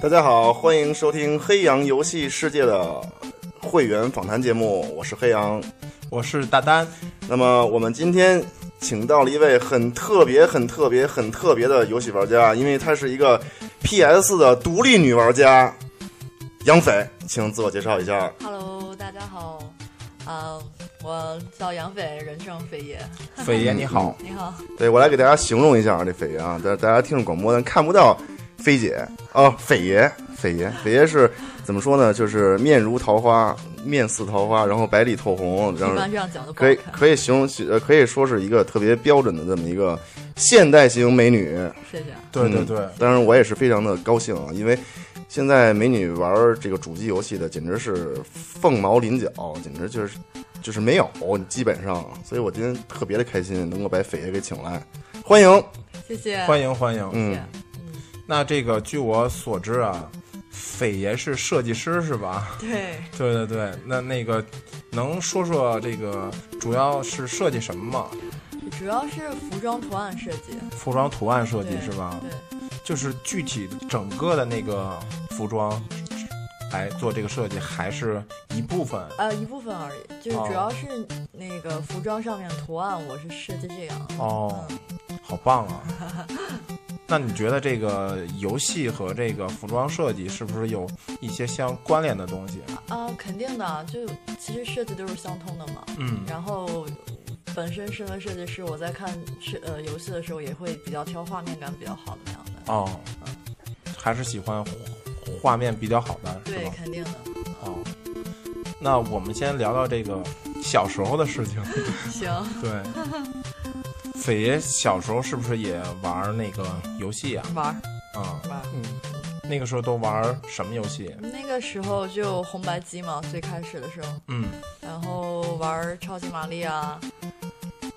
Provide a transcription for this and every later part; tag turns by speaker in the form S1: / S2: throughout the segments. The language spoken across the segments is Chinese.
S1: 大家好，欢迎收听黑羊游戏世界的会员访谈节目，我是黑羊。
S2: 我是大丹，
S1: 那么我们今天请到了一位很特别、很特别、很特别的游戏玩家，因为他是一个 PS 的独立女玩家，杨斐，请自我介绍一下。
S3: Hello，大家好，啊、我叫杨斐，人称斐爷，
S2: 斐爷你好，
S3: 你好，
S1: 对我来给大家形容一下啊，这斐爷啊，大大家听着广播，但看不到菲姐哦，斐爷，斐爷，斐爷是怎么说呢？就是面如桃花，面似桃花，然后白里透红，然
S3: 一
S1: 后
S3: 般这样讲都不
S1: 可
S3: 好
S1: 以
S3: 看。
S1: 可以形容起，呃，可以说是一个特别标准的这么一个现代型美女。
S3: 谢谢。
S2: 对对
S1: 嗯
S2: 对，
S1: 当然，我也是非常的高兴啊，因为现在美女玩儿这个主机游戏的简直是凤毛麟角，简直就是就是没有，基本上。所以我今天特别的开心，能够把斐爷给请来，欢迎。
S3: 谢谢，
S2: 欢迎欢迎。
S3: 谢
S1: 嗯
S3: 谢，嗯，
S2: 那这个据我所知啊，斐爷是设计师是吧？
S3: 对，
S2: 对对对，那那个能说说这个主要是设计什么吗？
S3: 主要是服装图案设计，
S2: 服装图案设计
S3: 对
S2: 是吧？
S3: 对，
S2: 就是具体的整个的那个服装来做这个设计，还是一部分？
S3: 呃，一部分而已，就是
S2: 哦
S3: 主要是那个服装上面图案，我是设计这样。
S2: 哦，好棒啊！ 那你觉得这个游戏和这个服装设计是不是有一些相关联的东西？
S3: 啊、肯定的，就其实设计都是相通的嘛。
S2: 嗯
S3: 然后，本身身为设计师，我在看设呃游戏的时候，也会比较挑画面感比较好的那样的。
S2: 哦，还是喜欢画面比较好的，是
S3: 对，
S2: 吧？
S3: 肯定的。
S2: 哦，那我们先聊聊这个小时候的事情。
S3: 行，
S2: 对， 斐爷小时候是不是也玩那个游戏啊？
S3: 玩儿
S2: 啊、
S3: 玩儿。
S2: 嗯，那个时候都玩什么游戏？
S3: 那个时候就红白机嘛，最开始的时候，
S2: 嗯，
S3: 然后玩超级玛丽啊，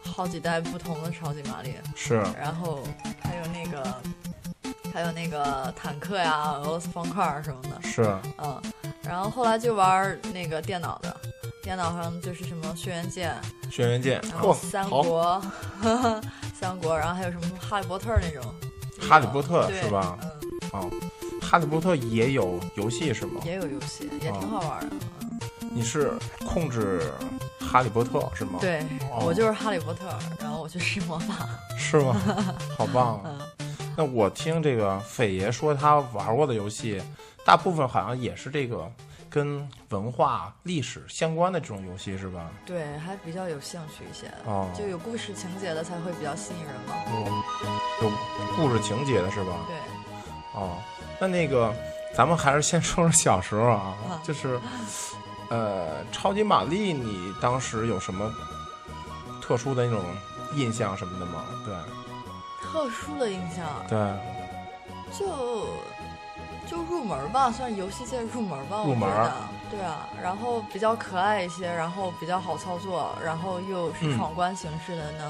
S3: 好几代不同的超级玛丽，
S2: 是
S3: 然后还有那个，还有那个坦克呀、俄罗斯方块儿什么的，
S2: 是，
S3: 嗯，然后后来就玩那个电脑的，电脑上就是什么轩辕剑，
S2: 轩辕剑、
S3: 然
S1: 嚯
S3: 后三国， 三国，然后还有什么哈利波特那种，
S2: 哈利波特
S3: 对
S2: 是吧？
S3: 嗯，
S2: 哦，哈利波特也有游戏是吗？
S3: 也有游戏，也
S2: 哦
S3: 挺好玩的。嗯
S2: 你是控制哈利波特是吗？，
S3: 对，
S2: 哦
S3: 我就是哈利波特，然后我去施魔法。
S2: 是 吗？好棒啊！
S3: 嗯，
S2: 那我听这个斐爷说他玩过的游戏，大部分好像也是这个跟文化历史相关的这种游戏是吧？
S3: 对，还比较有兴趣一些，
S2: 哦，
S3: 就有故事情节的才会比较吸引人嘛。
S2: 有哦有故事情节的是吧？
S3: 对，嗯
S2: 哦，那那个，咱们还是先说说小时候啊，
S3: 啊
S2: 就是，呃，超级玛丽，你当时有什么特殊的那种印象什么的吗？对
S3: 特殊的印象
S2: 对，
S3: 就就入门吧，算游戏界入门吧，
S2: 入门
S3: 我觉得。对啊，然后比较可爱一些，然后比较好操作，然后又是
S2: 嗯
S3: 闯关形式的，能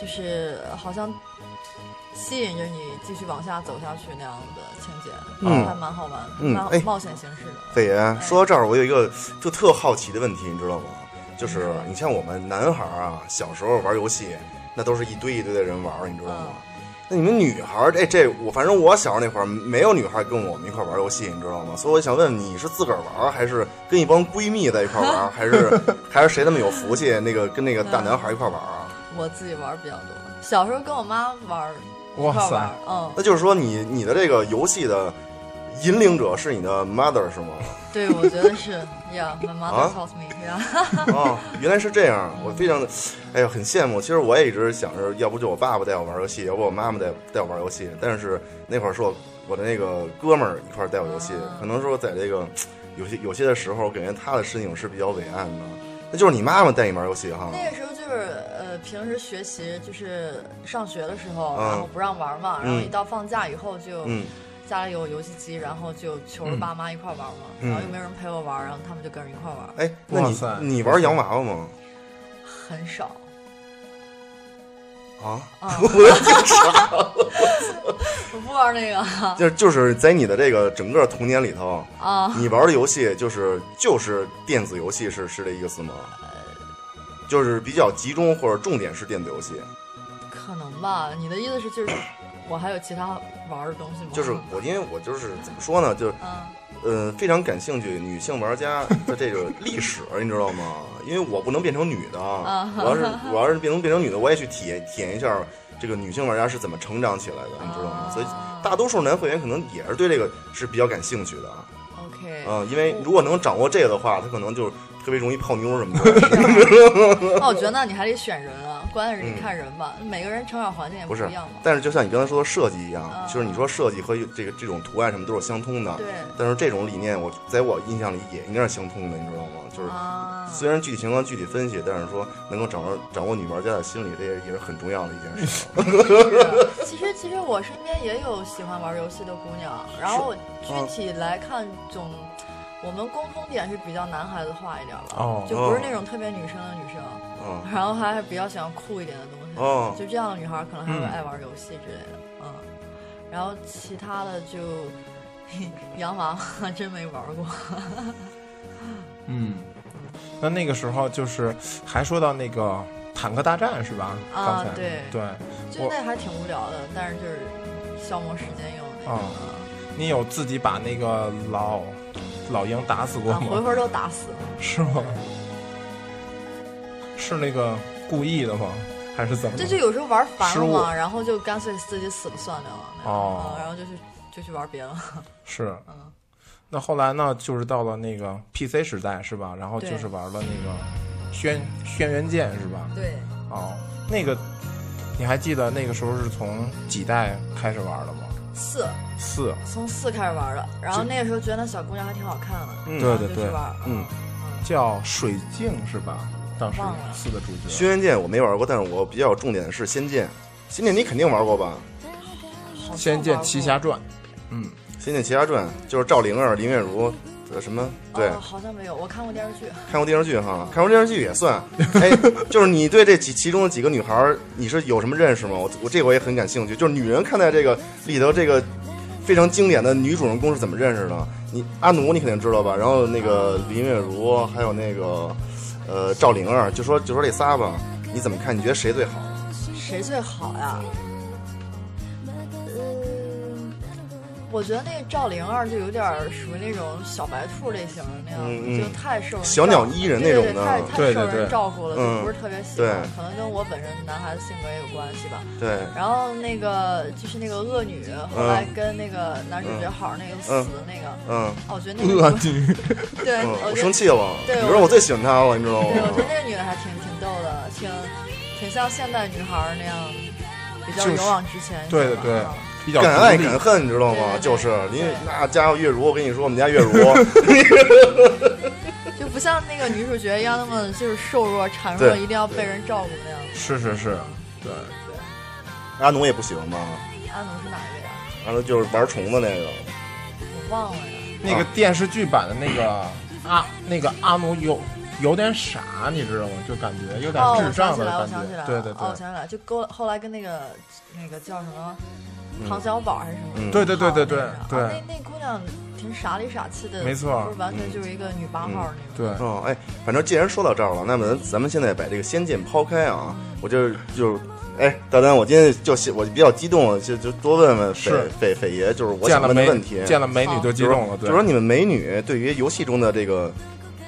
S3: 就是好像吸引着你继续往下走下去那样的情节，
S1: 嗯
S3: 还蛮好玩，
S1: 嗯
S3: 蛮好
S1: 哎
S3: 冒险形式的。
S1: 斐爷，说到这儿，我有一个就特好奇的问题，你知道吗？就是你像我们男孩儿啊，小时候玩游戏，那都是一堆一堆的人玩儿，你知道吗？
S3: 嗯
S1: 那你们女孩儿，哎这这我反正我小时候那会儿没有女孩儿跟我们一块儿玩游戏，你知道吗？所以我想问，你是自个儿玩儿，还是跟一帮闺蜜在一块儿玩儿，还是还是谁那么有福气，那个跟那个大男孩儿一块儿玩儿啊？
S3: 我自己玩儿比较多，小时候跟我妈玩儿，
S2: 哇
S3: 一块儿
S2: 塞
S3: 玩儿，嗯，
S1: 那就是说你，你的这个游戏的引领者是你的 mother 是吗？
S3: 对，我觉得是，Yeah，my
S1: 啊
S3: mother taught me、yeah.
S1: 哦，原来是这样，我非常的，哎呀，很羡慕。其实我也一直想着，要不就我爸爸带我玩游戏，要不我妈妈带带我玩游戏。但是那会儿是我我的那个哥们儿一块儿带我游戏，
S3: 啊
S1: 可能说在这个有些有些的时候，我感觉他的身影是比较伟岸的。那就是你妈妈带你玩游戏哈，
S3: 那个时候就是呃，平时学习就是上学的时候，
S1: 嗯
S3: 然后不让玩嘛，然后
S1: 嗯
S3: 一到放假以后就
S1: 嗯，
S3: 家里有游戏机，然后就求着
S2: 嗯
S3: 爸妈一块玩嘛，
S1: 嗯
S3: 然后又没人陪我玩，然后他们就跟着一块玩，
S1: 哎，那
S2: 哇
S1: 你
S2: 塞
S1: 你玩洋娃娃吗？
S3: 很少。
S1: 啊，，
S3: 啊
S1: 我有点傻，
S3: 我不玩那个
S1: 就就是在你的这个整个童年里头，
S3: 啊，
S1: 你玩的游戏就是就是电子游戏是是这意思吗？就是比较集中或者重点是电子游戏。
S3: 可能吧。你的意思是就是我还有其他玩儿的东西吗？
S1: 就是我，因为我就是怎么说呢，就是
S3: 嗯，
S1: 呃，非常感兴趣女性玩家的这个历史，你知道吗？因为我不能变成女的，我要是我要是变成变成女的，我也去体验体验一下这个女性玩家是怎么成长起来的，你知道吗？所以
S3: 啊
S1: 大多数男会员可能也是对这个是比较感兴趣的，啊
S3: OK，
S1: 嗯、因为如果能掌握这个的话，他可能就是特别容易泡妞什么的。
S3: 那哦我觉得那你还得选人啊，关键是你看人吧，每个人成长环境也
S1: 嗯不是
S3: 一样嘛。
S1: 但是就像你刚才说的设计一样，
S3: 嗯
S1: 就是你说设计和这个这种图案什么都是相通的，
S3: 对
S1: 但是这种理念我在我印象里也应该是相通的，你知道吗？就是
S3: 啊，
S1: 虽然具体情况具体分析，但是说能够掌握掌握女玩家的心理，这也也是很重要的一件事。
S3: 是其实其实我身边也有喜欢玩游戏的姑娘，然后具
S1: 嗯
S3: 体来看总。我们共通点是比较男孩子化一点吧，
S2: 哦
S3: 就不是那种特别女生的女生，
S1: 嗯，
S3: 然后还比较喜欢酷一点的东西，
S1: 哦
S3: 就这样的女孩可能还会
S2: 嗯
S3: 爱玩游戏之类的，嗯，然后其他的就 洋娃娃真没玩过，
S2: 嗯，那那个时候就是还说到那个坦克大战是吧？
S3: 啊
S2: 刚才
S3: 对就
S2: 我
S3: 那还挺无聊的，但是就是消磨时间用的那啊种
S2: 哦。你有自己把那个老老鹰打死过
S3: 啊，回
S2: 吗？
S3: 魂都打死了，
S2: 是吗？是那个故意的吗？还是怎么
S3: 这
S2: 着？
S3: 就有时候玩烦
S2: 嗯失
S3: 了嘛，
S2: 误
S3: 然后就干脆自己死了算了嘛，
S2: 哦
S3: 嗯然后就去就去玩别的了，
S2: 是
S3: 嗯。
S2: 那后来呢？就是到了那个 PC 时代是吧？然后
S3: 对
S2: 就是玩了那个轩轩辕剑是吧？
S3: 对，
S2: 哦，那个你还记得那个时候是从几代开始玩的吗？
S3: 四
S2: 四，
S3: 从四开始玩的，然后
S2: 这
S3: 那个时候觉得那小姑娘还挺好看的，
S1: 嗯
S2: 对
S3: 然后
S2: 对
S3: 就去
S2: 对，
S3: 玩，
S1: 嗯
S3: 嗯，
S2: 叫水镜是吧？当时
S3: 忘了
S2: 四的主角
S1: 轩辕剑我没玩过，但是我比较重点的是《仙剑》，《仙剑》你肯定玩过吧？
S3: 好像
S2: 《仙剑
S3: 玩
S2: 奇
S3: 过
S2: 侠 传》，嗯，
S1: 《仙剑奇侠传》就是赵灵儿、林月如，呃，什么？对，
S3: 哦，好像没有，我看过电视剧，
S1: 看过电视剧哈，看过电视剧也算。 哎，就是你对这几其中的几个女孩儿，你是有什么认识吗？我我这个我也很感兴趣，就是女人看待这个里头这个非常经典的女主人公是怎么认识的？你阿奴你肯定知道吧？然后那个林月如，还有那个呃赵灵儿，就说就说这仨吧，你怎么看？你觉得谁最好？
S3: 谁最好呀？嗯我觉得那个赵灵儿就有点儿属于那种小白兔类型的那样，
S1: 嗯嗯
S3: 就太受人
S1: 小鸟依人那种的
S3: 对对对太太
S2: 对对
S3: 受
S2: 对
S3: 人照顾了，
S1: 嗯
S3: 就不是特别喜
S1: 对
S3: 欢。可能跟我本身男孩子性格也有关系吧。
S1: 对，
S3: 然后那个就是那个恶女，后来跟那个男主角好那个死的那个，
S1: 嗯
S3: 哦，我觉得那个
S2: 女，
S3: 对，
S1: 嗯，
S3: 哎我
S1: 我
S3: 觉得
S1: 生气了，
S3: 对
S1: 你知道我最喜欢她了，你知道吗
S3: 对，？我觉得那个女的还挺挺逗的，挺挺像现代女孩儿那样，比较
S2: 就是
S3: 勇往直前。
S2: 对
S3: 是
S2: 对
S3: 吧
S2: 对
S3: 啊，
S2: 比较
S1: 敢爱
S2: 独立
S1: 敢恨，你知道吗？
S3: 对对对
S1: 就是因为
S3: 对
S1: 那家伙月如，我跟你说，我们家 月如，
S3: 就不像那个女主角一样那么就是瘦弱孱弱，
S1: 对
S3: 一定要被人照顾那样。
S2: 是是是，对，
S1: 阿奴也不喜欢吧？
S3: 阿奴是哪一位啊？
S1: 完了就是玩虫子那个，
S3: 我忘了呀。
S2: 那个电视剧版的那个
S3: 啊
S2: 阿那个阿奴有有点傻，你知道吗？就感觉有点
S3: 哦，我
S2: 智
S3: 想
S2: 障
S3: 起
S2: 的
S3: 来，我
S2: 感
S3: 想起来
S2: 觉，
S3: 了。
S2: 对对
S3: 哦，我
S2: 对，
S3: 想起来，就勾后来跟那个那个叫什么唐小宝还是什么。
S1: 嗯
S2: 对对对对对
S3: 哦那个
S2: 对
S3: 哦那那姑娘挺傻里傻气的，
S2: 没错嗯
S3: 就是完全就是一个女八号那种。
S2: 对，
S1: 哦，哎，反正既然说到这儿了，那么咱咱们现在把这个《仙剑》抛开啊，我就就，哎，大丹，我今天就我比较激动，就就多问问
S2: 是
S1: 斐斐斐爷，就是我
S2: 见
S1: 想
S2: 了
S1: 问的
S2: 美
S1: 问题，
S2: 见了美女就激
S1: 就是
S2: 动了，
S1: 就
S2: 对，
S1: 说你们美女对于游戏中的这个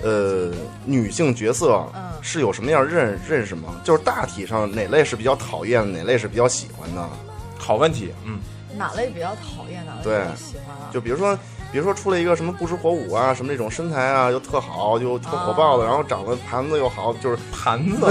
S1: 呃女性角色
S3: 嗯
S1: 是有什么样认认识吗？就是大体上哪类是比较讨厌，哪类是比较喜欢的？
S2: 好问题，嗯，
S3: 哪类比较讨厌，哪类
S1: 对
S3: 比较喜欢啊？
S1: 就比如说，比如说出了一个什么不知火舞啊，什么这种身材啊，又特好，又特火爆
S3: 哦
S1: 的，然后长得盘子又好， 就是
S2: 盘子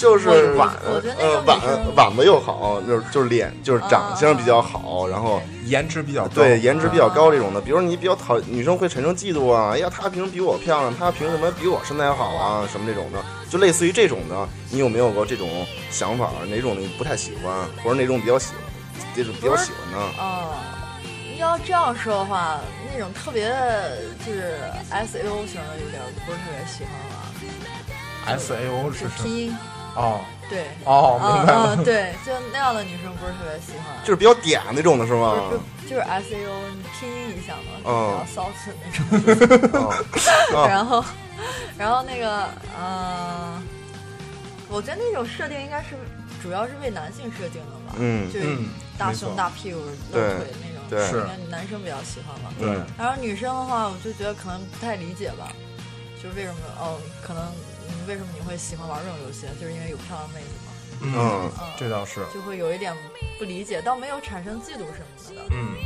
S1: 就是
S2: 碗
S3: 我觉得那
S1: 呃
S3: 种
S1: 碗
S3: 女生
S1: 碗子又好，就是就是脸就是长相比较
S3: 哦
S1: 好，然后
S2: 颜值比较高，
S1: 对颜值比较
S3: 嗯
S1: 高这种的，比如你比较讨女生会产生嫉妒啊，哎呀她凭什么比我漂亮，她凭什么比我身材好啊，什么这种的，就类似于这种的，你有没有过这种想法？哪种你不太喜欢，或者哪种比较喜欢，这种比较喜欢呢？
S3: 哦，你要这样说的话，那种特别就是 S A O 型的有点不是特别喜欢了，
S2: ，S A O
S3: 是
S2: 是什么？
S3: 拼音，
S2: 哦
S3: 对，
S2: 哦，明白
S3: 嗯
S2: 了
S3: 嗯，，对，就那样的女生不是特别喜欢，
S1: 就是比较嗲那种的是吗？
S3: 不是不就是 S A O 你拼音一下嘛，比
S1: 啊哦
S3: 较骚气那种，然后然后那个嗯、呃我觉得那种设定应该是主要是为男性设定的吧，
S1: 嗯
S3: 就是
S2: 嗯
S3: 大
S2: 没错
S3: 胸大屁股露
S1: 对
S3: 腿那种，
S1: 对
S2: 是
S3: 应该男生比较喜欢吧。
S1: 对，
S3: 然后女生的话，我就觉得可能不太理解吧，就是为什么哦，可能嗯为什么你会喜欢玩这种游戏，就是因为有漂亮妹子嘛，
S1: 嗯，
S3: 嗯，
S2: 这倒是，
S3: 就会有一点不理解，倒没有产生嫉妒什么的。
S2: 嗯，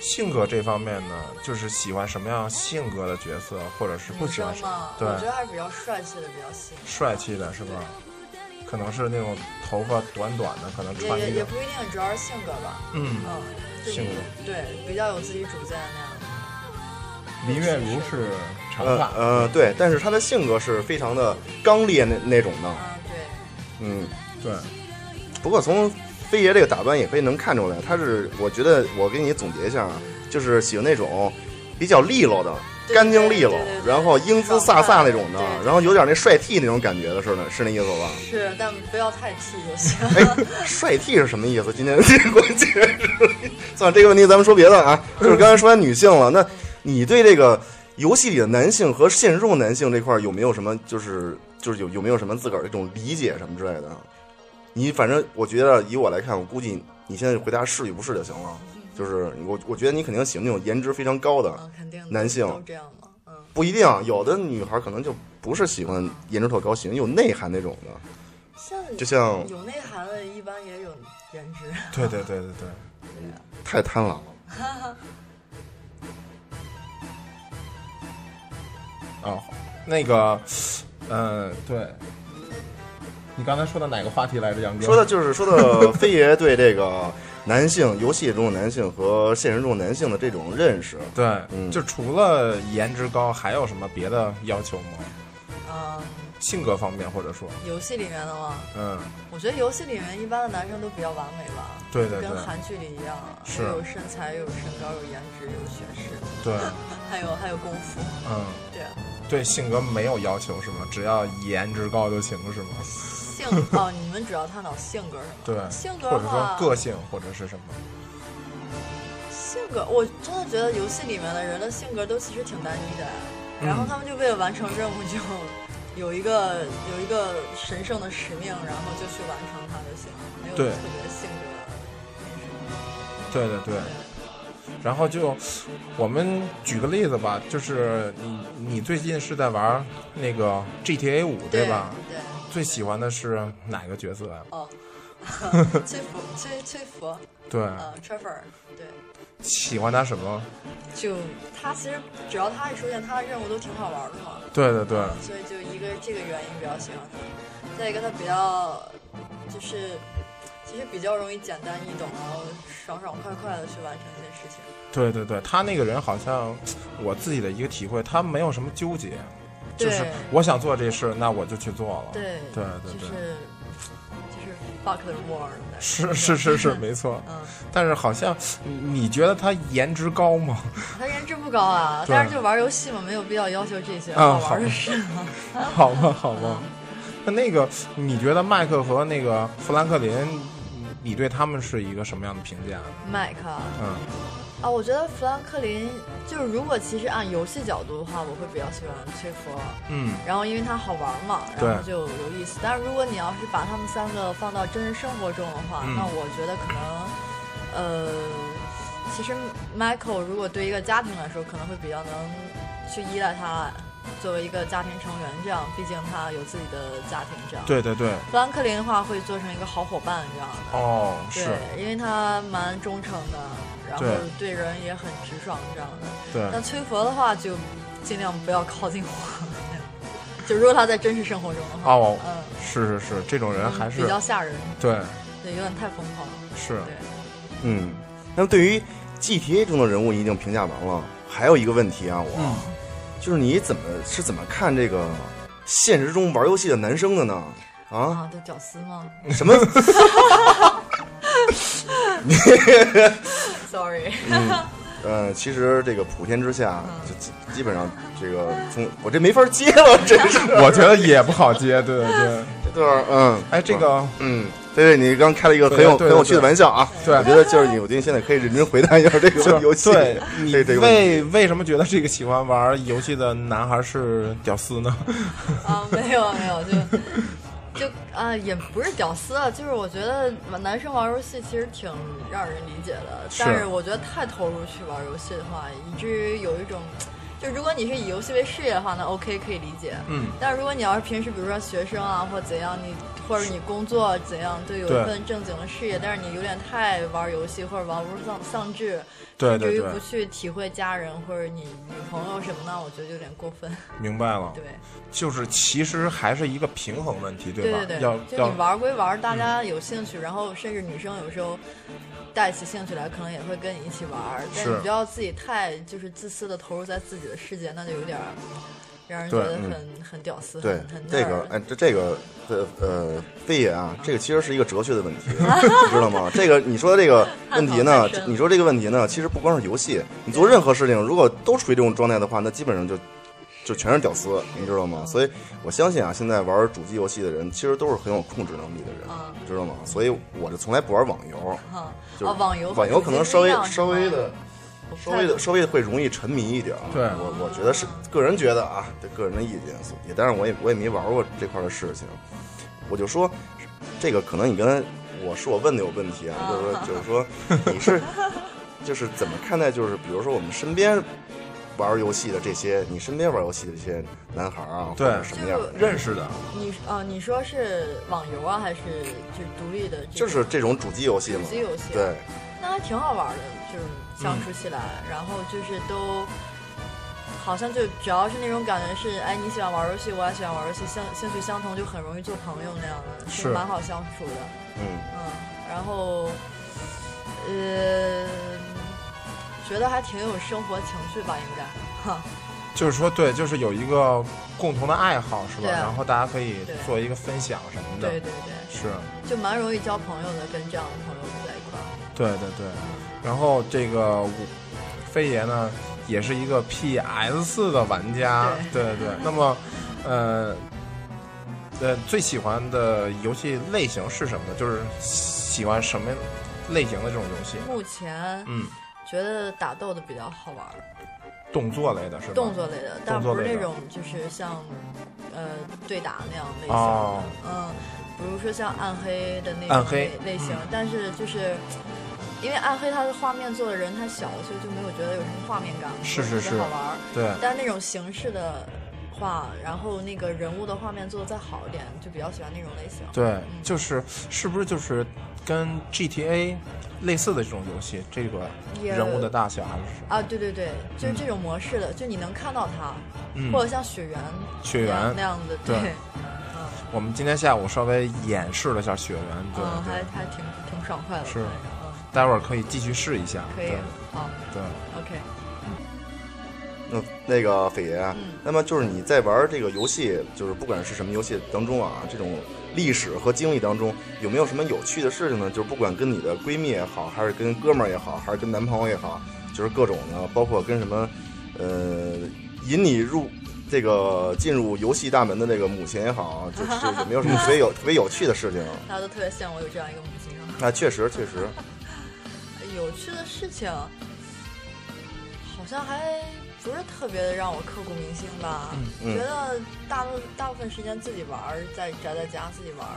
S2: 性格这方面呢，就是喜欢什么样性格的角色，或者是不
S3: 女
S2: 喜欢
S3: 生
S2: 什
S3: 嘛
S2: 么，，
S3: 我觉
S2: 对
S3: 得，还是比较帅气的，比较吸引人。
S2: 帅气的是吧？可能是那种头发短短的，可能
S3: 也
S2: 穿
S3: 也
S2: 一
S3: 也
S2: 个
S3: 不，一定，主要是性格吧，
S2: 嗯，
S3: 嗯，就
S2: 性
S3: 是
S2: 格
S3: 对比较有自己主见那样的。
S2: 林月如是长
S1: 呃
S2: 发，
S1: 呃，对，但是他的性格是非常的刚烈那那种的，
S3: 啊，对，
S1: 嗯。
S2: 对，
S1: 不过从飞爷这个打扮也可以能看出来，他是我觉得我给你总结一下，啊，就是喜欢那种比较利落的、
S3: 对
S1: 干净利落
S3: 对对对，对
S1: 然后英姿飒飒那种的
S3: 对对，对
S1: 然后有点那帅 T 那种感觉的似的，是那意思吧？
S3: 是，但不要太 T 就行。
S1: 哎，帅 T 是什么意思？今天这个关键是， 算了，这个问题咱们说别的啊，就是刚才说完女性了，那你对这个游戏里的男性和现实中的男性这块儿有没有什么就是就是有有没有什么自个儿的一种理解什么之类的？啊你反正我觉得以我来看，我估计你现在回答是与不是就行了。就是我我觉得你肯定喜欢那种颜值非常高的，
S3: 嗯，肯定的
S1: 男性
S3: 都这样嘛。嗯，
S1: 不一定啊有的女孩可能就不是喜欢颜值特高，喜欢有内涵那种的，
S3: 像
S1: 就像
S2: 嗯
S3: 有内涵的，一般也有颜值。
S2: 对对对对对。
S1: 太贪婪了。
S2: 哦，那个，嗯、对，你刚才说的哪个话题来着，杨哥？
S1: 说的就是说的飞爷对这个男性游戏中的男性和现实中的男性的这种认识，
S2: 对，
S1: 嗯
S2: 就除了颜值高，还有什么别的要求吗？
S3: 嗯，
S2: 性格方面，或者说，
S3: 游戏里面的嘛，
S2: 嗯，
S3: 我觉得游戏里面一般的男生都比较完美吧。
S2: 对对对
S3: 跟韩剧里一样，
S2: 是
S3: 又有身材，又有身高，又有颜值，又有学识，
S2: 对，
S3: 还有还有功夫。
S2: 嗯，
S3: 对，啊
S2: 对性格没有要求是吗？只要颜值高就行是吗？
S3: 性 哦，你们主要探讨性格是吗？
S2: 对，
S3: 性格
S2: 或
S3: 的
S2: 者
S3: 话
S2: 说，个性或者是什么？
S3: 性格，我真的觉得游戏里面的人的性格都其实挺单一的，啊
S2: 嗯
S3: 然后他们就为了完成任务就有一个有一个神圣的使命，然后就去完成它就行，没有特
S2: 对
S3: 别性格。
S2: 对对对。然后就，我们举个例子吧，就是你你最近是在玩那个 GTA 五
S3: 对
S2: 吧？？
S3: 对，
S2: 最喜欢的是哪个角色啊呀、
S3: 哦，崔佛，崔崔佛，
S2: 对，
S3: 呃，Trevor，对，
S2: 喜欢他什么？
S3: 就他其实只要他一出现，他的任务都挺好玩的嘛。
S2: 对对对，
S3: 所以就一个这个原因比较喜欢他，再一个他比较就是其实比较容易简单易懂，然后爽爽快快的去完成一些事情。
S2: 对对对，他那个人好像我自己的一个体会，他没有什么纠结，
S3: 对
S2: 就是我想做这事，那我就去做了。
S3: 对
S2: 对对
S3: 就
S2: 对
S3: 是就是 fuck the world 那种。
S2: 是是是是，没错。
S3: 嗯，
S2: 但是好像你你觉得他颜值高吗？
S3: 他颜值不高啊，
S2: 对
S3: 但是就玩游戏嘛，没有必要要求这些
S2: 啊
S3: 好玩的事嗯嘛。
S2: 好吧好吧，那那个你觉得麦克和那个富兰克林，你对他们是一个什么样的评价？
S3: 麦克
S2: 嗯，
S3: 啊，我觉得弗兰克林就是，如果其实按游戏角度的话，我会比较喜欢崔佛。
S2: 嗯，
S3: 然后因为它好玩嘛，
S2: 对
S3: 然后就有意思。但是如果你要是把他们三个放到真实生活中的话，
S2: 嗯
S3: 那我觉得可能，呃，其实 Michael 如果对一个家庭来说，可能会比较能去依赖他作为一个家庭成员，这样，毕竟他有自己的家庭，这样。。
S2: 对对对，
S3: 富兰克林的话会做成一个好伙伴这样的，
S2: 哦是，
S3: 对，因为他蛮忠诚的，然后对
S2: 对
S3: 人也很直爽这样的。
S2: 对
S3: 但崔佛的话就尽量不要靠近我，就如果他在真实生活中的话，
S2: 哦
S3: 嗯，
S2: 是是是，这种人还
S3: 比
S2: 是啊
S3: 较吓人，
S2: 对
S3: 对，有点太疯狂了，
S2: 是。
S3: 对，
S1: 嗯。那么对于 GTA 中的人物，你已经评价完了，还有一个问题啊，我、
S2: 嗯
S1: 就是你怎么是怎么看这个现实中玩游戏的男生的呢？啊，
S3: 啊，都屌丝吗
S1: 什 么？
S3: ？Sorry，
S1: 呃，其实这个普天之下，就基基本上这个从我这没法接了，真 是
S2: 我觉得也不好接，对 对对。
S1: 这段嗯，
S2: 哎，这个
S1: 嗯，对对，你刚开了一个很有
S2: 对对对
S1: 很有趣的玩笑啊。
S2: 对
S1: 我觉得就是你，我觉得现在可以认真回答一下这个
S2: 就
S1: 问
S2: 是
S1: 游戏，
S2: 对你
S1: 这这个问题。
S2: 为为什么觉得这个喜欢
S3: 嗯
S2: 玩游戏的男孩是屌丝呢？
S3: 啊，没有没有，就就啊、也不是屌丝啊，就是我觉得男生玩游戏其实挺让人理解的，
S2: 是
S3: 但是我觉得太投入去玩游戏的话，以至于有一种，就如果你是以游戏为事业的话，那 OK 可以理解。
S2: 嗯，
S3: 但如果你要是平时，比如说学生啊，或怎样，你或者你工作怎样，对，有
S2: 对
S3: 一份正经的事业，但是你有点太玩游戏或者玩物丧丧志，
S2: 对
S3: 甚至
S2: 对
S3: 于
S2: 对
S3: 不去体会家人或者你女朋友什么的，我觉得有点过分。
S2: 明白了，
S3: 对，
S2: 就是其实还是一个平衡问题，
S3: 对
S2: 吧？
S3: 对，
S2: 要
S3: 就
S2: 要
S3: 你玩归玩，大
S1: 嗯
S3: 家有兴趣，然后甚至女生有时候带起兴趣来，可能也会跟你一起玩，但
S2: 是
S3: 你不要自己太就是自私的投入在自己的世界，那就有点儿让人觉
S2: 对
S3: 得很、很屌丝，
S1: 嗯对
S3: 很很，
S1: 这
S3: nerd
S1: 个，哎，这这个，呃呃，飞爷啊，这个其实是一个哲学的问题，你知道吗？这个你说的这个问题
S3: 探讨
S1: 呢
S3: 太深了，
S1: 你说这个问题呢，其实不光是游戏，你做任何事情，如果都处于这种状态的话，那基本上就就全是屌丝，你知道吗？所以我相信啊，现在玩主机游戏的人，其实都是很有控制能力的人，
S3: 嗯
S1: 你知道吗？所以我就从来不玩网游，
S3: 哈、
S1: 就是
S3: 啊，网游和
S1: 网游
S3: 手机
S1: 可能
S3: 是
S1: 稍
S3: 一
S1: 微
S3: 样是
S1: 稍微
S3: 吗
S1: 的。
S3: 我不
S1: 稍
S3: 太
S1: 微的
S3: 懂
S1: 稍微的会容易沉迷一点儿。
S2: 对
S1: 我我觉得是个人觉得啊，这个人的意见，所以当然我也我也没玩过这块儿的事情，我就说这个可能你跟我是我问的有问题啊，就是说就是说 你是就是怎么看待就是比如说我们身边。玩游戏的这些，你身边玩游戏的这些男孩儿啊，
S2: 对
S1: 或者什么样的，
S2: 认识的，
S3: 你啊，你说是网游啊，还是就是独立的？
S1: 就是这种主机游戏嘛，
S3: 主机游戏啊
S1: 对，
S3: 那还挺好玩的，就是相处起来，然后就是都好像就只要是那种感觉是，哎，你喜欢玩游戏，我也喜欢玩游戏，兴兴趣相同，就很容易做朋友那样的，就是蛮好相处的，
S1: 嗯，
S3: 嗯，然后呃，觉得还挺有生活情趣吧，应该，哈，
S2: 就是说对，就是有一个共同的爱好是吧？
S3: 对啊
S2: 然后大家可以
S3: 对
S2: 做一个分享什么的，
S3: 对对对，
S2: 是，
S3: 就蛮容易交朋友的，跟这样的朋友在一块儿，
S2: 对对对。然后这个我飞爷呢，也是一个 PS 的玩家，对对对。那么，呃。呃，最喜欢的游戏类型是什么呢？就是喜欢什么类型的这种游戏？
S3: 目前
S2: 嗯，
S3: 觉得打斗的比较好玩。
S2: 动作类的是吧？
S3: 动作类的，但
S2: 动作
S3: 不是
S2: 类
S3: 那
S2: 的
S3: 种就是像呃对打那样类型的，
S2: 哦
S3: 嗯，比如说像暗黑的那
S2: 暗
S3: 种
S2: 黑嗯
S3: 类类型，但是就是因为暗黑它的画面做的人太小，所以就没有觉得有什么画面感，
S2: 是
S3: 或者
S2: 是
S3: 特
S2: 是
S3: 别好玩儿。
S2: 对，
S3: 但那种形式的话，然后那个人物的画面做的再好一点，就比较喜欢那种类型。
S2: 对，就是是不是就是跟 GTA 类似的这种游戏，这个
S3: 也
S2: 人物的大小还是什么
S3: 啊，对对对，就是这种模式的，就你能看到它，
S2: 嗯
S3: 或者像雪原
S2: 雪
S3: 那样
S2: 原
S3: 那？样子，
S2: 对
S3: 对，
S2: 我们今天下午稍微演示了一下雪原，对
S3: 嗯，还
S2: 对，
S3: 还挺挺爽快的，
S2: 是
S3: 反正嗯。
S2: 待会儿可以继续试一下，
S3: 可以
S2: 对，
S3: 好
S2: 对。
S3: ，OK，
S1: 那那个斐爷啊
S3: 嗯，
S1: 那么就是你在玩这个游戏，就是不管是什么游戏当中啊，这种历史和经历当中，有没有什么有趣的事情呢？就是不管跟你的闺蜜也好，还是跟哥们儿也好，还是跟男朋友也好，就是各种的，包括跟什么，呃，引你入这个进入游戏大门的这个母亲也好，啊就是有没有什么特别有特别有趣的事情啊？
S3: 大家都特别羡慕我有这样一个母亲啊。
S1: 那确实确实，
S3: 有趣的事情，好像还不是特别的让我刻骨铭心吧。
S1: 嗯
S3: 觉得大部大部分时间自己玩儿，在宅在家自己玩儿，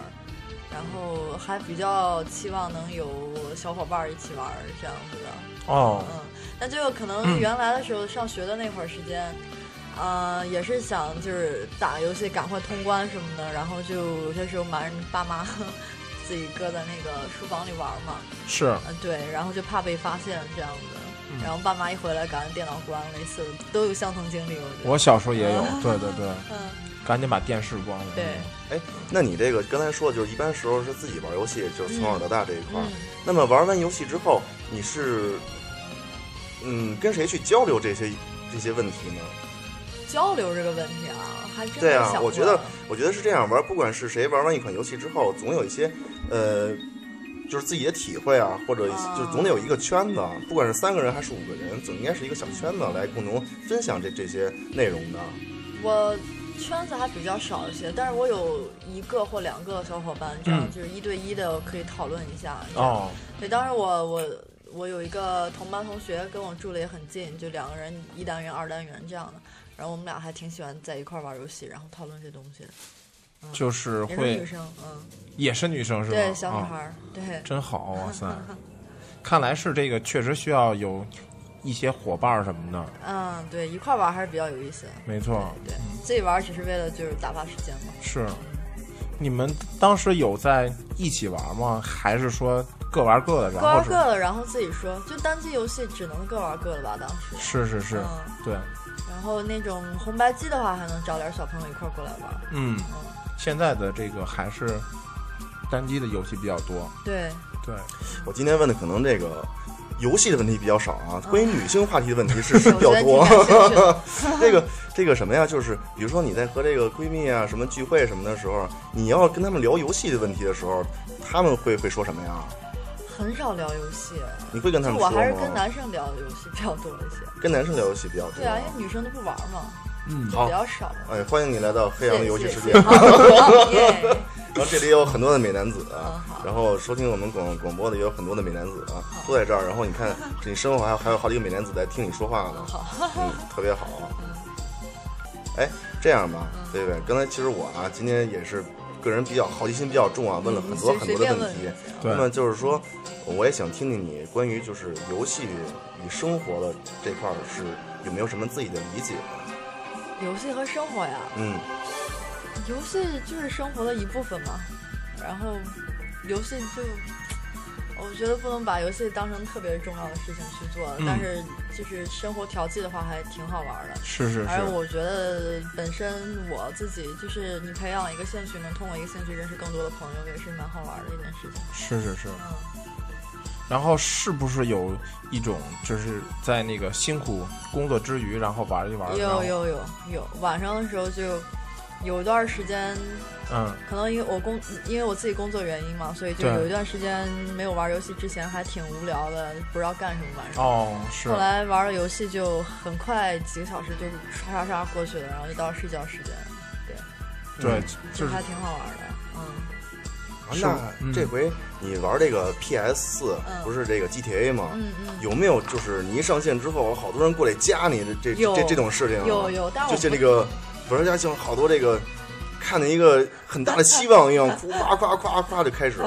S3: 然后还比较期望能有小伙伴儿一起玩儿这样子的。
S2: 哦，
S3: 嗯，那就可能原来的时候上学的那会儿时间，呃，也是想就是打游戏赶快通关什么的，然后就有些时候瞒着爸妈 自己搁在那个书房里玩嘛，
S2: 是
S3: 嗯、对，然后就怕被发现这样子，然后爸妈一回来赶紧电脑关，类似的都有相同经历，我觉得。
S2: 我小时候也有，对对对，
S3: 嗯，
S2: 赶紧把电视关了。
S3: 对，
S1: 哎，那你这个刚才说的就是一般时候是自己玩游戏，就是从小到大这一块儿。
S3: 嗯，
S1: 那么玩完游戏之后，你是嗯跟谁去交流这些这些问题呢？
S3: 交流这个问题啊，还真
S1: 对
S3: 没
S1: 啊
S3: 想，过。
S1: 我觉得我觉得是这样玩，不管是谁玩完一款游戏之后，总有一些呃。就是自己的体会啊，或者一些
S3: 啊
S1: 就是总得有一个圈子，啊，不管是三个人还是五个人，总应该是一个小圈子来共同分享这这些内容的。啊
S3: 我圈子还比较少一些，但是我有一个或两个小伙伴，这样、
S2: 嗯
S3: 就是一对一的可以讨论一下。这样，
S2: 哦，
S3: 对，当时我我我有一个同班同学跟我住的也很近，就两个人一单元、二单元这样的，然后我们俩还挺喜欢在一块儿玩游戏，然后讨论这东西的。
S2: 就是
S3: 也是女
S2: 会
S3: 生，嗯，
S2: 也是女生是吧？
S3: 对，小女
S2: 啊
S3: 孩儿，对，
S2: 真好，啊哇 塞！看来是这个确实需要有一些伙伴儿什么的，
S3: 嗯，对，一块儿玩儿还是比较有意思的。
S2: 没错，
S3: 对，自己玩儿只是为了就是打发时间嘛。
S2: 是。你们当时有在一起玩吗？还是说各玩各的？
S3: 各
S2: 然
S3: 玩
S2: 后
S3: 儿各的，然后自己说，就单机游戏只能各玩儿各的吧，当时。
S2: 是是是是，
S3: 嗯，
S2: 对，
S3: 然后那种红白机的话，还能找点儿小朋友一块儿过来玩儿。
S2: 嗯，
S3: 嗯，
S2: 现在的这个还是单机的游戏比较多，
S3: 对，
S2: 对，
S1: 我今天问的可能这个游戏的问题比较少啊，
S3: 嗯
S1: 关于女性话题的问题 是是比较
S3: 我
S1: 多
S3: 觉得挺 感兴趣的。
S1: 这个这个什么呀？就是比如说你在和这个闺蜜啊什么聚会什么的时候，你要跟她们聊游戏的问题的时候，她们会会说什么呀？
S3: 很少聊游戏，
S1: 你会跟她
S3: 就
S1: 们
S3: 我
S1: 说
S3: 还是跟
S1: 吗？
S3: 男生聊游戏比较多一些。
S1: 跟男生聊游戏比较多。
S3: 对啊，因为女生都不玩儿嘛，
S2: 嗯
S3: 就
S1: 好
S3: 比较少嘛。
S1: 哎，欢迎你来到黑羊的游戏世界。
S3: 好耶
S1: 然后这里也有很多的美男子啊
S3: 嗯好，
S1: 然后收听我们广广播的也有很多的美男子啊，
S3: 好
S1: 都在这儿。然后你看，你身后还有还有好几个美男子在听你说话呢，
S3: 好，嗯
S1: 嗯，特别好。哎，这样吧，对对，刚才其实我啊，今天也是个人比较好奇心比较重啊，问了很多
S3: 你
S1: 很
S3: 随
S1: 多
S3: 嗯
S1: 的
S3: 随便
S1: 问
S3: 问
S1: 题。
S2: 对
S1: 那么就是说，我也想听听你关于就是游戏与生活的这块儿是有没有什么自己的理解？
S3: 游戏和生活呀，
S1: 嗯，
S3: 游戏就是生活的一部分嘛。然后，游戏就，我觉得不能把游戏当成特别重要的事情去做，
S2: 嗯
S3: 但是就是生活调剂的话，还挺好玩儿的。
S2: 是是
S3: 而
S2: 是，
S3: 我觉得本身我自己就是你培养一个兴趣，能通过一个兴趣认识更多的朋友，也是蛮好玩儿的一件事情。
S2: 是是是。
S3: 嗯。
S2: 然后是不是有一种就是在那个辛苦工作之余，然后玩一玩？然后
S3: 嗯有，有有有，晚上的时候就有一段时间，
S2: 嗯，
S3: 可能因为我工，因为我自己工作原因嘛，所以就
S2: 对
S3: 有一段时间没有玩游戏，之前还挺无聊的，不知道干什么晚上。
S2: 哦，是
S3: 后，来玩了游戏，就很快几个小时就刷刷刷过去了，然后就到睡觉时间，
S2: 对，就
S3: 就是嗯还挺好玩的。嗯
S1: 啊
S2: 是
S1: 那
S2: 嗯
S1: 这回你玩这个 PS 四
S3: 嗯
S1: 不是这个 GTA 吗？
S3: 嗯嗯，
S1: 有没有就是你一上线之后，好多人过来加你的这这
S3: 有
S1: 这这种事情啊？
S3: 有有，但我
S1: 就像
S3: 不
S1: 那个不是家像好多这个看见一个很大的希望一样，哭夸夸夸夸就开始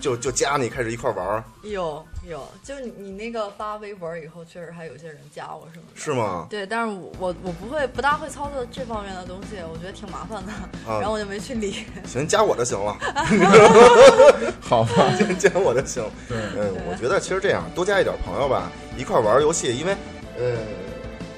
S1: 就就加你开始一块玩儿，
S3: 有有，就你你那个发微博以后，确实还有些人加我什么的。
S1: 是 吗？
S3: 对，但是我我我不会，不大会操作这方面的东西，我觉得挺麻烦的，
S1: 啊
S3: 然后我就没去理。
S1: 行，加我就行了，
S2: 好吧，
S1: 加我就行。
S2: 对，
S1: 嗯，我觉得其实这样多加一点朋友吧，一块玩儿游戏，因为呃，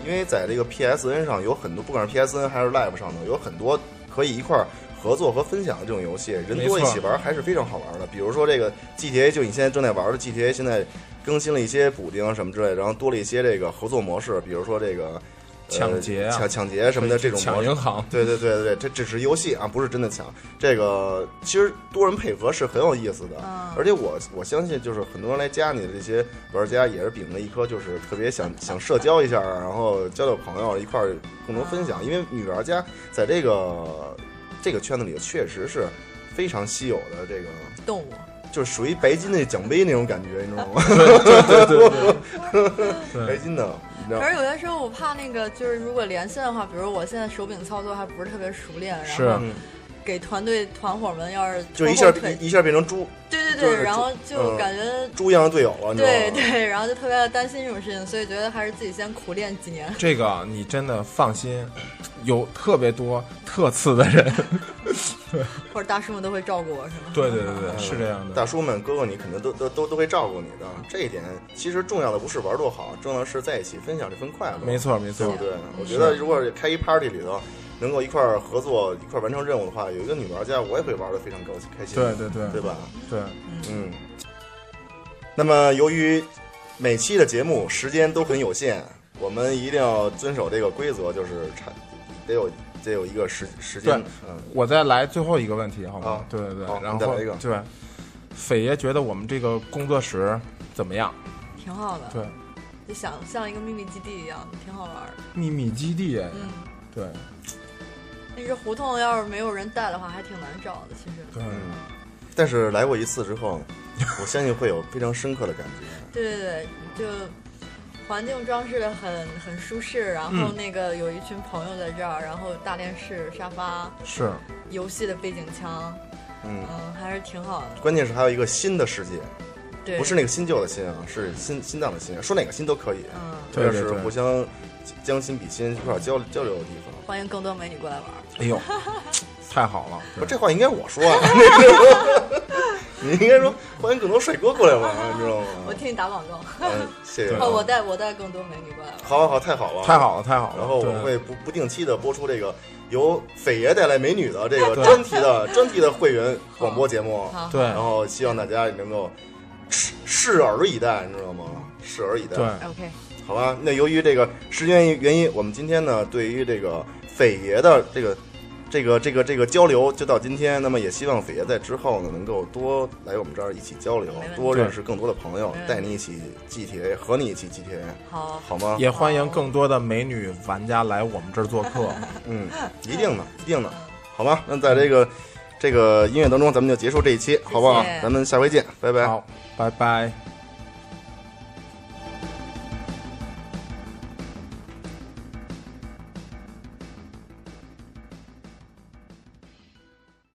S1: 因为在这个 PSN 上有很多，不管是 PSN 还是 Live 上的，有很多可以一块儿合作和分享的这种游戏，人多
S2: 没
S1: 一
S2: 错
S1: 起玩儿还是非常好玩儿的。比如说这个 GTA，就你现在正在玩儿的 GTA，现在更新了一些补丁什么之类的，然后多了一些这个合作模式，比如说这个。呃
S2: 抢劫啊
S1: 抢抢劫什么的这种模
S2: 抢
S1: 式，
S2: 银行，
S1: 对对对对，这只是游戏啊，不是真的抢。这个其实多人配合是很有意思的，
S3: 嗯
S1: 而且我我相信，就是很多人来加你的这些玩家，也是秉着一颗就是特别想想社交一下，然后交交朋友，一块儿共同分享。因为女玩家在这个这个圈子里，确实是非常稀有的，这个
S3: 动物，
S1: 就是属于白金的奖杯那种感觉，你知道吗？
S2: 对对对
S1: 白
S2: 对，
S1: 金的，你知道
S3: 可
S1: 吗？
S3: 是有些时候我怕那个，就是如果连线的话，比如我现在手柄操作还不是特别熟练，
S2: 是
S3: 然后
S1: 嗯
S3: 给团队团伙们要是
S1: 就一
S3: 拖
S1: 下
S3: 后腿
S1: 一一下变成猪
S3: 对对
S1: 就是
S3: 对，然后就
S1: 嗯
S3: 感觉
S1: 猪一样的队友了，你知道吗？
S3: 对对，然后就特别担心这种事情，所以觉得还是自己先苦练几年。
S2: 这个你真的放心，有特别多特次的人，
S3: 或者大叔们都会照顾我，是吗？
S2: 对对对对，是这样的，
S1: 大叔们、哥哥，你肯定都都都都会照顾你的。这一点其实重要的不是玩多好，重要的是在一起分享这份快乐，
S2: 没，错没
S1: 对
S2: 错
S1: 不，对？我觉得如果开一 party 里头能够一块儿合作、一块儿完成任务的话，有一个女玩家，我也会玩的非常高兴、开心，
S2: 对对对
S1: 对吧？
S2: 对，
S1: 嗯。那么，由于每期的节目时间都很有限，我们一定要遵守这个规则，就是差得有得有一个时时间，嗯，
S2: 我再来最后一个问题，好吗
S1: 啊？
S2: 对对对
S1: 好，
S2: 然
S1: 你
S2: 后
S1: 再来一个
S2: 对，斐爷觉得我们这个工作室怎么样？
S3: 挺好的，
S2: 对，
S3: 就想像一个秘密基地一样，挺好玩儿的。
S2: 秘密基地，
S3: 嗯，
S2: 对
S3: 那只胡同要是没有人带的话，还挺难找的。其实，
S2: 对，
S1: 但是来过一次之后，我相信会有非常深刻的感觉。
S3: 对对对，就环境装饰的很很舒适，然后
S2: 嗯
S3: 那个有一群朋友在这儿，然后大电视、沙发、
S2: 是
S3: 游戏的背景墙，
S1: 嗯，
S3: 嗯，还是挺好的。
S1: 关键是还有一个新的世界，
S3: 对，
S1: 不是那个新旧的新啊，是心心脏的心，说哪个心都可以，
S3: 嗯，
S1: 这
S2: 对
S1: 个
S2: 对
S1: 是
S2: 对
S1: 互相将心比心，互相交交流的地方。
S3: 欢迎更多美女过来玩儿。
S2: 哎 呦，太好了！
S1: 不，这话应该我说啊，那个你应该说欢迎更多帅哥过来玩儿，你知道吗？
S3: 我替你打广告，
S1: 嗯，谢谢
S2: 对
S1: 啊。
S3: 哦 我带我带更多美女过来玩儿。
S1: 好好好，太好了，
S2: 太。好了，太好了！
S1: 然后我
S2: 对
S1: 会不不定期的播出这个由斐爷带来美女的这个
S2: 对
S1: 专题的专题的会员广播节目，
S3: 好，
S2: 对
S1: 然后希望大家也能够拭拭耳以待，你知道吗？拭耳以待。
S2: 对，
S3: ，OK，
S1: 好吧，那由于这个时间原因，我们今天呢，对于这个斐爷的这个这个这个这个交流就到今天。那么也希望斐爷在之后呢，能够多来我们这儿一起交流
S3: 没问，题
S1: 多认识更多的朋友
S3: 没问，题
S1: 带你一起 GTA，和你一起 GTA，
S3: 好，
S1: 好吗？
S2: 也欢迎更多的美女玩家来我们这儿做客。
S1: 嗯，一定的，一定的，好吧？那在这个这个音乐当中，咱们就结束这一期，好不好？
S3: 谢谢
S1: 咱们下回见，拜拜。
S2: 好，拜拜。